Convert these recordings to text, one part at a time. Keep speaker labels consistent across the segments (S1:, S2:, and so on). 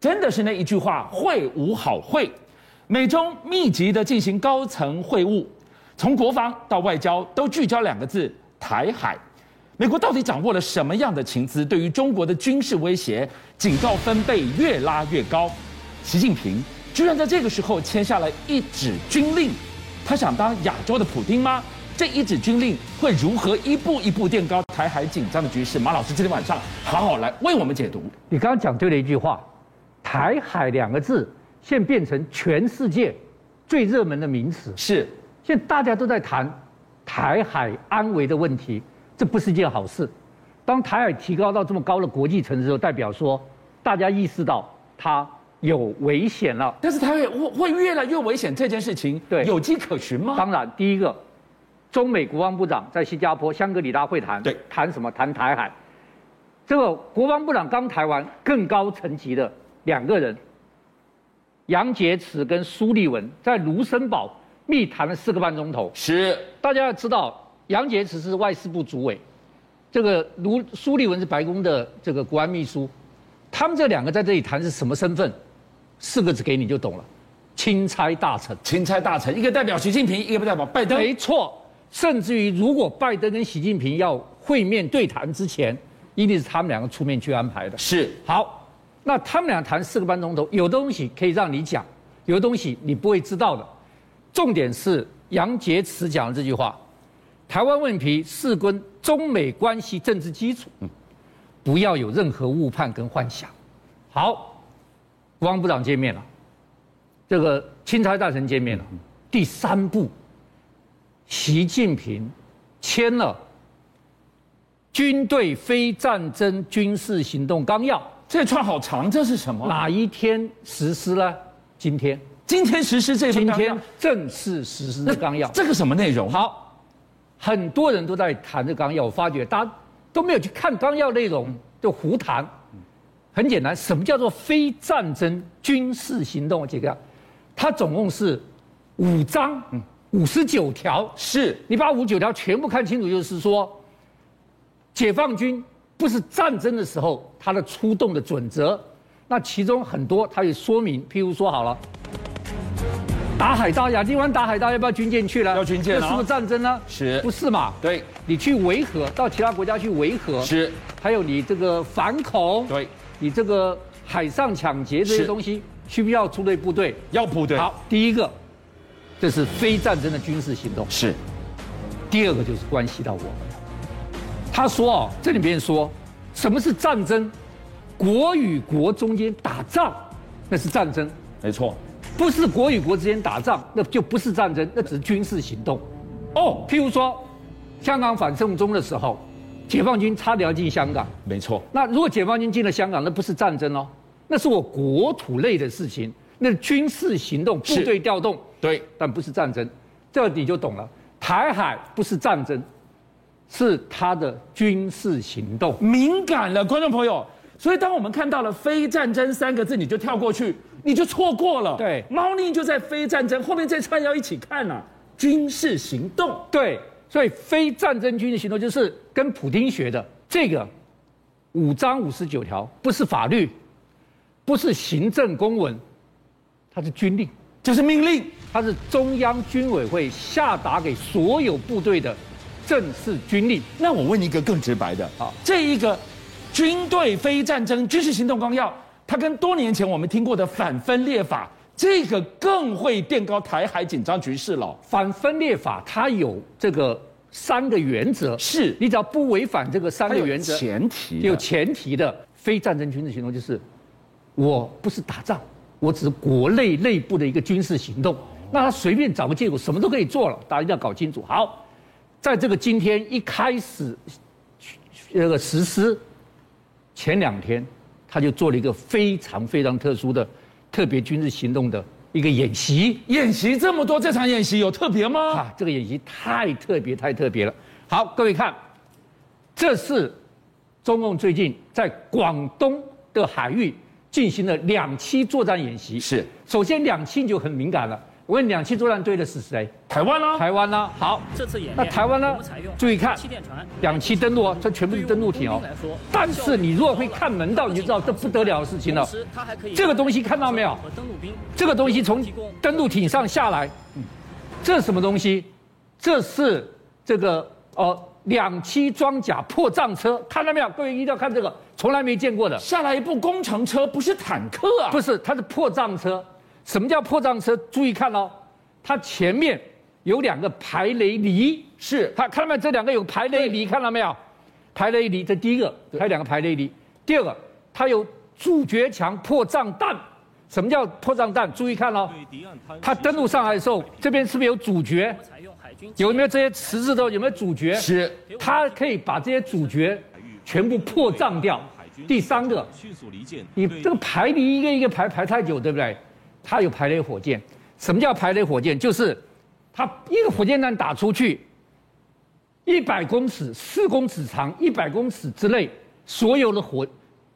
S1: 真的是那一句话，会晤好会。美中密集的进行高层会晤，从国防到外交都聚焦两个字：台海。美国到底掌握了什么样的情资？对于中国的军事威胁，警告分贝越拉越高。习近平居然在这个时候签下了一纸军令，他想当亚洲的普丁吗？这一纸军令会如何一步一步垫高台海紧张的局势？马老师今天晚上好好来为我们解读。
S2: 你刚刚讲对了一句话，“台海”两个字现变成全世界最热门的名词，
S1: 是，
S2: 现在大家都在谈台海安危的问题，这不是一件好事。当台海提高到这么高的国际层次之后，代表说大家意识到它有危险了。
S1: 但是台海会会越来越危险这件事情，
S2: 对
S1: 有迹可循吗？
S2: 当然，第一个，中美国防部长在新加坡香格里拉会谈，
S1: 对
S2: 谈什么？谈台海。这个国防部长刚台湾更高层级的两个人，杨洁篪跟苏立文在卢森堡密谈了四个半钟头。
S1: 是，
S2: 大家要知道，杨洁篪是外事部主委，这个卢苏立文是白宫的这个国安秘书，他们这两个在这里谈是什么身份？四个字给你就懂了，钦差大臣。
S1: 钦差大臣，一个代表习近平，一个代表拜登。
S2: 没错，甚至于如果拜登跟习近平要会面对谈之前，一定是他们两个出面去安排的。
S1: 是，
S2: 好，那他们俩谈四个半钟头，有的东西可以让你讲，有的东西你不会知道的。重点是杨洁篪讲的这句话：台湾问题事关中美关系政治基础，不要有任何误判跟幻想。好，国防部长见面了，这个钦差大臣见面了，第三步，习近平签了。军队非战争军事行动纲要，
S1: 这串好长，这是什么？
S2: 哪一天实施呢？今天，
S1: 今天实施这份
S2: 今
S1: 纲要
S2: 天正式实施
S1: 那
S2: 的纲要。
S1: 这个什么内容？
S2: 好，很多人都在谈这纲要，我发觉大家都没有去看纲要内容，就胡谈。很简单，什么叫做非战争军事行动？这个，它总共是五章，五十九条。
S1: 是
S2: 你把五九条全部看清楚，就是说，解放军不是战争的时候它的出动的准则，那其中很多它有说明，譬如说好了，打海盗，亚丁湾打海盗要不要军舰去了？
S1: 要军舰了
S2: 那是不是战争呢？
S1: 是
S2: 不是嘛？
S1: 对，
S2: 你去维和，到其他国家去维和，
S1: 是，
S2: 还有你这个反恐，
S1: 对，
S2: 你这个海上抢劫这
S1: 是
S2: 些东西，需不需要出类部队？
S1: 要部队
S2: 好，第一个，这是非战争的军事行动。
S1: 是
S2: 第二个就是关系到我们。他说哦，这里面说什么是战争？国与国中间打仗，那是战争；
S1: 没错。
S2: 不是国与国之间打仗，那就不是战争，那只是军事行动。
S1: 哦，
S2: 譬如说，香港反送中的时候，解放军差点要进香港，
S1: 没错，
S2: 那如果解放军进了香港，那不是战争哦，那是我国土内的事情，那是军事行动、部
S1: 是
S2: 队调动。
S1: 对，
S2: 但不是战争，这你就懂了。台海不是战争，是它的军事行动。
S1: 敏感了，观众朋友。所以当我们看到了“非战争”三个字，你就跳过去，你就错过了。
S2: 对
S1: 猫腻就在“非战争”后面这串要一起看呐、军事行动。
S2: 对，所以非战争军事行动就是跟普京学的这个五章五十九条，不是法律，不是行政公文，它是军令，
S1: 就是命令，
S2: 它是中央军委会下达给所有部队的正式军令。
S1: 那我问一个更直白的啊
S2: 好，
S1: 这一个军队非战争军事行动纲要，它跟多年前我们听过的反分裂法，这个更会垫高台海紧张局势了。
S2: 反分裂法它有这个三个原则，
S1: 是
S2: 你只要不违反这个三
S1: 它
S2: 个
S1: 有
S2: 原则，
S1: 前提的，
S2: 有前提的非战争军事行动就是，我不是打仗，我只是国内内部的一个军事行动。那他随便找个借口，什么都可以做了，大家一定要搞清楚。好，在这个今天一开始，这个实施前两天，他就做了一个非常非常特殊的特别军事行动的一个演习。
S1: 演习这么多，这场演习有特别吗？
S2: 啊，这个演习太特别，太特别了。好，各位看，这是中共最近在广东的海域进行了两期作战演习。
S1: 是，
S2: 首先两期你就很敏感了。我问你，两栖作战队的是谁？
S1: 台湾啊啦、
S2: 台湾啦、好，
S3: 这次演
S2: 那
S3: 练，
S2: 台湾呢
S3: 我们采用
S2: 注意看
S3: 气垫船，
S2: 两栖登陆啊，这全部
S3: 对于
S2: 是
S3: 我
S2: 登
S3: 们
S2: 陆艇哦
S3: 工兵来说。
S2: 但是你如果会看门道，你就知道这不得了的事情了
S3: 同。时它还可以
S2: 这个东西看到没有
S3: 和登陆兵
S2: 这个东西从登陆艇上下来，这是什么东西？这是这个呃两栖装甲破障车，看到没有？各位一定要看这个，从来没见过的。
S1: 下来一部工程车，不是坦克啊，
S2: 不是，它是破障车。什么叫破障车？注意看哦，它前面有两个排雷犁，
S1: 是
S2: 它看到没有？这两个有排雷犁，看到没有？排雷犁，这第一个，还有两个排雷犁。第二个，它有助觉墙破障弹。什么叫破障弹？注意看哦，它登陆上来的时候，这边是不是有主角？
S3: 采用海军
S2: 有没有这些池子都有没有主角？
S1: 是
S2: 它可以把这些主角全部破障掉。第三个，
S4: 迅速离舰，
S2: 你
S4: 对
S2: 这个排离一个一个排排太久，对不对？它有排雷火箭。什么叫排雷火箭？就是它一个火箭弹打出去，一百公尺、四公尺长、一百公尺之内，所有的火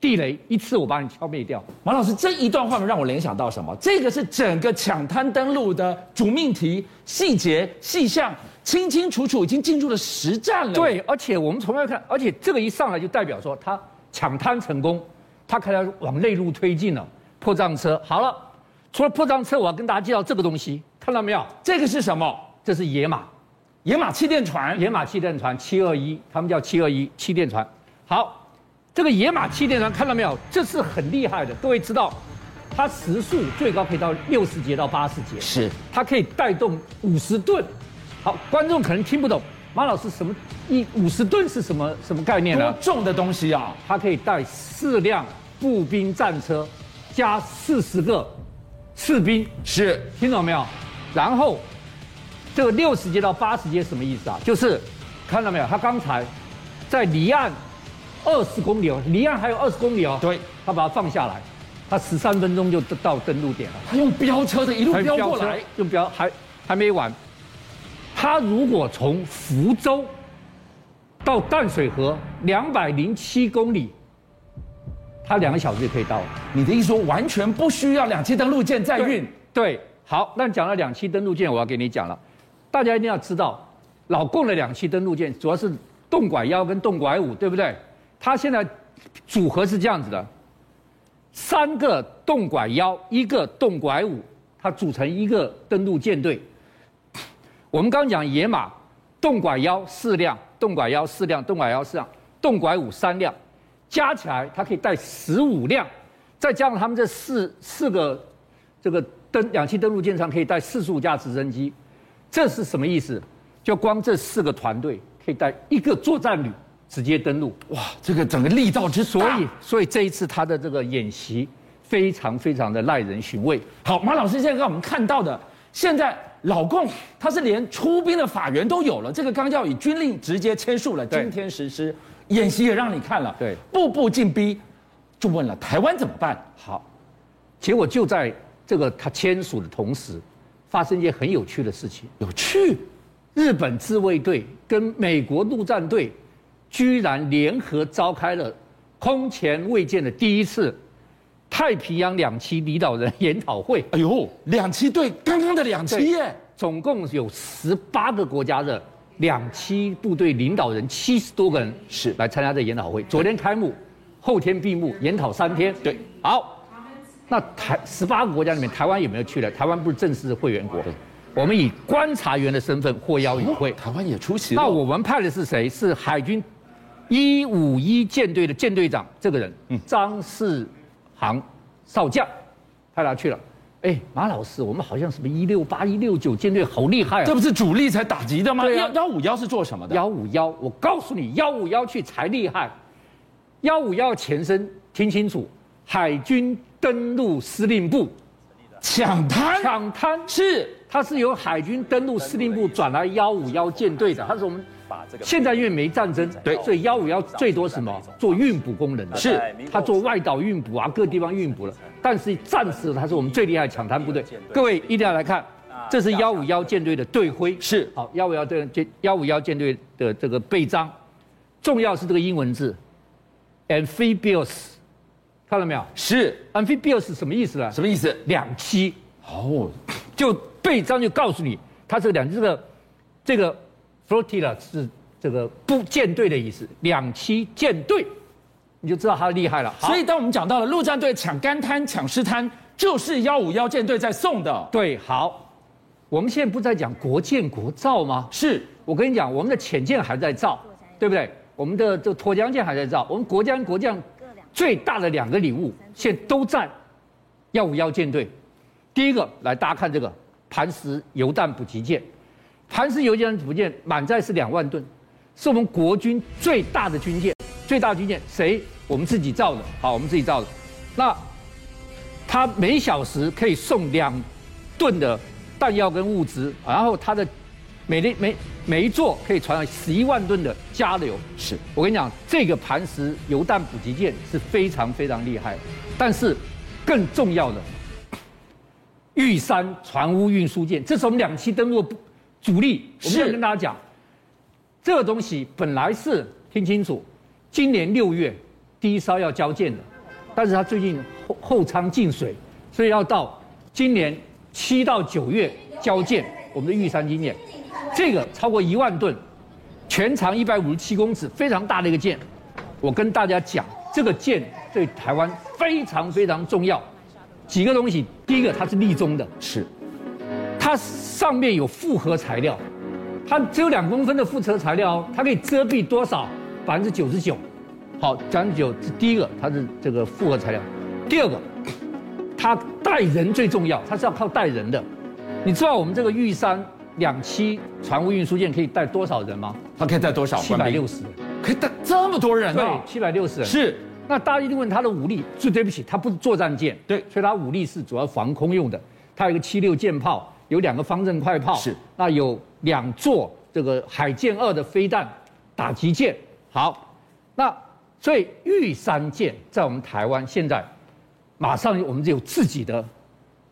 S2: 地雷一次我把你消灭掉。
S1: 马老师这一段话让我联想到什么？这个是整个抢滩登陆的主命题、细节、细项，清清楚楚，已经进入了实战了。，
S2: 对，而且我们从来看，而且这个一上来就代表说他抢滩成功，他开始往内陆推进了破障车。好了，除了破障车，我要跟大家介绍这个东西，看到没有？
S1: 这个是什么？
S2: 这是野马。
S1: 野马气垫船，
S2: 野马气垫船七二一，他们叫七二一气垫船。好，这个野马气垫船看到没有？这是很厉害的，各位知道，它时速最高可以到六十节到八十节，
S1: 是
S2: 它可以带动五十吨。好，观众可能听不懂，马老师什么一五十吨是什么什么概念
S1: 多
S2: 呢？
S1: 重的东西啊！
S2: 它可以带四辆步兵战车，加四十个士兵，
S1: 是
S2: 听懂没有？然后这个六十节到八十节什么意思啊？就是看到没有？他刚才在离岸二十公里哦，离岸还有二十公里哦。
S1: 对，
S2: 他把它放下来，他十三分钟就到登陆点了。
S1: 他用飙车的一路
S2: 还
S1: 飙过来，，
S2: 就飙还还没完。他如果从福州到淡水河两百零七公里，他两个小时就可以到了。
S1: 你的意思说完全不需要两栖登陆舰载运？
S2: 对，好，那讲到两栖登陆舰，我要给你讲了，大家一定要知道，老共的两栖登陆舰主要是动拐幺跟动拐五，对不对？它现在组合是这样子的，三个动拐幺，一个动拐五，它组成一个登陆舰队。我们刚讲野马，动拐幺四辆，动拐幺四辆，动拐幺四辆，动拐五三辆，加起来它可以带十五辆，再加上他们这四四个这个登两栖登陆舰上可以带四十五架直升机，这是什么意思？就光这四个团队可以带一个作战旅直接登陆，
S1: 哇，这个整个力道之所
S2: 所
S1: 以
S2: 以所以这一次他的这个演习非常非常的耐人寻味。
S1: 好，马老师现在让我们看到的，现在老共他是连出兵的法源都有了，这个纲要以军令直接签署了，
S2: 对
S1: 今天实施，演习也让你看了，
S2: 对
S1: 步步进逼，就问了台湾怎么办？
S2: 好，结果就在这个他签署的同时，发生一件很有趣的事情：
S1: 有趣，
S2: 日本自卫队跟美国陆战队居然联合召开了空前未见的第一次太平洋两栖领导人研讨会。
S1: 哎呦，两栖队刚刚的两栖
S2: 对
S1: 耶，
S2: 总共有十八个国家的两栖部队领导人七十多个人
S1: 是
S2: 来参加这研讨会。昨天开幕，后天闭幕，研讨三天。
S1: 对，
S2: 好，那台十八个国家里面，台湾有没有去了？台湾不是正式的会员国，我们以观察员的身份获邀与会。
S1: 台湾也出席了，
S2: 那我们派的是谁？是海军一五一舰队的舰队长这个人，张世航少将，派他去了。哎，马老师，我们好像什么一六八、一六九舰队好厉害
S1: 这
S2: 啊！
S1: 不是主力才打击的吗？
S2: 对
S1: 幺
S2: 啊
S1: 幺五幺是做什么的？
S2: 幺五幺，我告诉你，幺五幺去才厉害。幺五幺前身听清楚，海军登陆司令部
S1: 抢滩
S2: 抢滩
S1: 是
S2: 它是由海军登陆司令部转来幺五幺舰队的，它是我们现在因为没战争，
S1: 对
S2: 所以幺五幺最多什么做运补功能的，
S1: 是
S2: 它做外岛运补啊，各地方运补了。但是暂时它是我们最厉害的抢滩部队，各位一定要来看，这是幺五幺舰队的队徽，
S1: 啊是
S2: 好幺五幺队舰幺五幺舰队的这个背章，重要是这个英文字，amphibious，看到没有
S1: 是
S2: ？amphibious 是什么意思呢？
S1: 什么意思？
S2: 两栖。
S1: 哦，
S2: 就背章就告诉你，它是两这个这个 flotilla 是这个不舰队的意思，两栖舰队，你就知道它厉害了。好
S1: 所以当我们讲到了陆战队抢干滩、抢尸滩，就是幺五幺舰队在送的，
S2: 对，好，我们现在不在讲国建国造吗？
S1: 是
S2: 我跟你讲，我们的潜舰还在造，对不对？我们的这沱江舰还在造，我们国家国将最大的两个礼物现在都在幺五幺舰队。第一个，来大家看这个磐石油弹补给舰，磐石油弹补给舰满载是两万吨，是我们国军最大的军舰，最大的军舰谁？我们自己造的，好，我们自己造的。那它每小时可以送两吨的弹药跟物资，然后它的每列每每一座可以传十一万吨的加油。
S1: 是，
S2: 我跟你讲，这个磐石油弹补给舰是非常非常厉害，但是更重要的，玉山船坞运输舰，这是我们两栖登陆的不主力。我们
S1: 是
S2: 要跟大家讲，这个东西本来是听清楚，今年六月第一艘要交建的，但是它最近后后仓进水，所以要到今年七到九月交建我们的玉山军舰，这个超过一万吨，全长一百五十七公尺，非常大的一个舰。我跟大家讲，这个舰对台湾非常非常重要。几个东西，第一个它是立中的，
S1: 是，
S2: 它上面有复合材料，它只有两公分的复合材料哦，它可以遮蔽多少？百分之九十九。好，百分之九，第一个它是这个复合材料，第二个，它带人最重要，它是要靠带人的。你知道我们这个玉山两栖船坞运输舰可以带多少人吗？
S1: 它可以带多少
S2: 七
S1: 官
S2: 百
S1: 兵
S2: 六？十人。
S1: 可以带这么多人
S2: 对
S1: 啊，！
S2: 七百六十人。
S1: 是
S2: 那大家一定问他的武力，是对不起，他不是作战舰，
S1: 对
S2: 所以他武力是主要防空用的。他有一个七六舰炮，有两个方阵快炮，
S1: 是，
S2: 那有两座这个海舰二的飞弹打击舰。好，那所以玉山舰在我们台湾现在马上我们就有自己的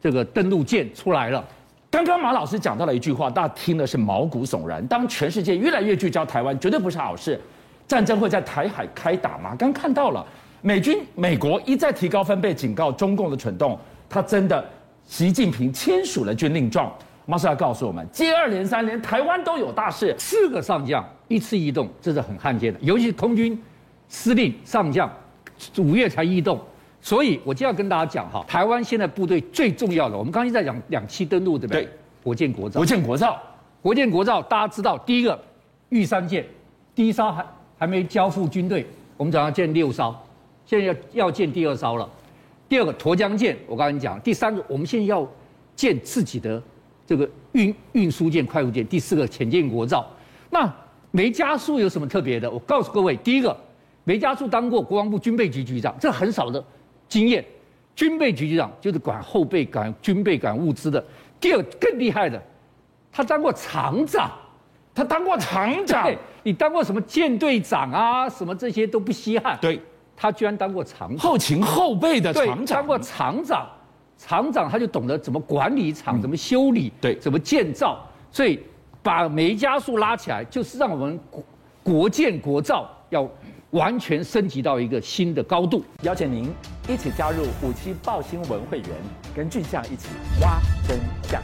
S2: 这个登陆舰出来了。
S1: 刚刚马老师讲到了一句话，大家听的是毛骨悚然。当全世界越来越聚焦台湾，绝对不是好事。战争会在台海开打吗？刚看到了，美军美国一再提高分贝，警告中共的蠢动。他真的，习近平签署了军令状。马上要告诉我们，接二连三，连台湾都有大事。
S2: 四个上将一次异动，这是很罕见的，尤其是空军司令上将，五月才异动。所以我就要跟大家讲哈，台湾现在部队最重要的，我们刚才在讲两栖登陆，对不对？
S1: 对
S2: 国建国造
S1: 国，建国造
S2: 国建国造，大家知道，第一个玉山舰，第一艘还还没交付军队，我们早上建六艘，现在要要建第二艘了。第二个沱江舰，我刚才讲，第三个我们现在要建自己的这个运运输舰、快速舰，第四个潜舰国造。那梅加速有什么特别的？我告诉各位，第一个，梅加速当过国防部军备局局长，这很少的经验。军备局局长就是管后备、管军备、管物资的。第二，更厉害的，他当过厂长，
S1: 他当过厂长
S2: 对，你当过什么舰队长啊，什么这些都不稀罕。，
S1: 对，
S2: 他居然当过厂长，
S1: 后勤后备的
S2: 对，
S1: 厂长
S2: 当过厂长，厂长他就懂得怎么管理厂，怎么修理，
S1: 嗯对
S2: 怎么建造，所以把每一加速拉起来，就是让我们国国建国造要完全升级到一个新的高度。
S3: 邀请您一起加入五七报新闻会员，跟俊相一起挖真相。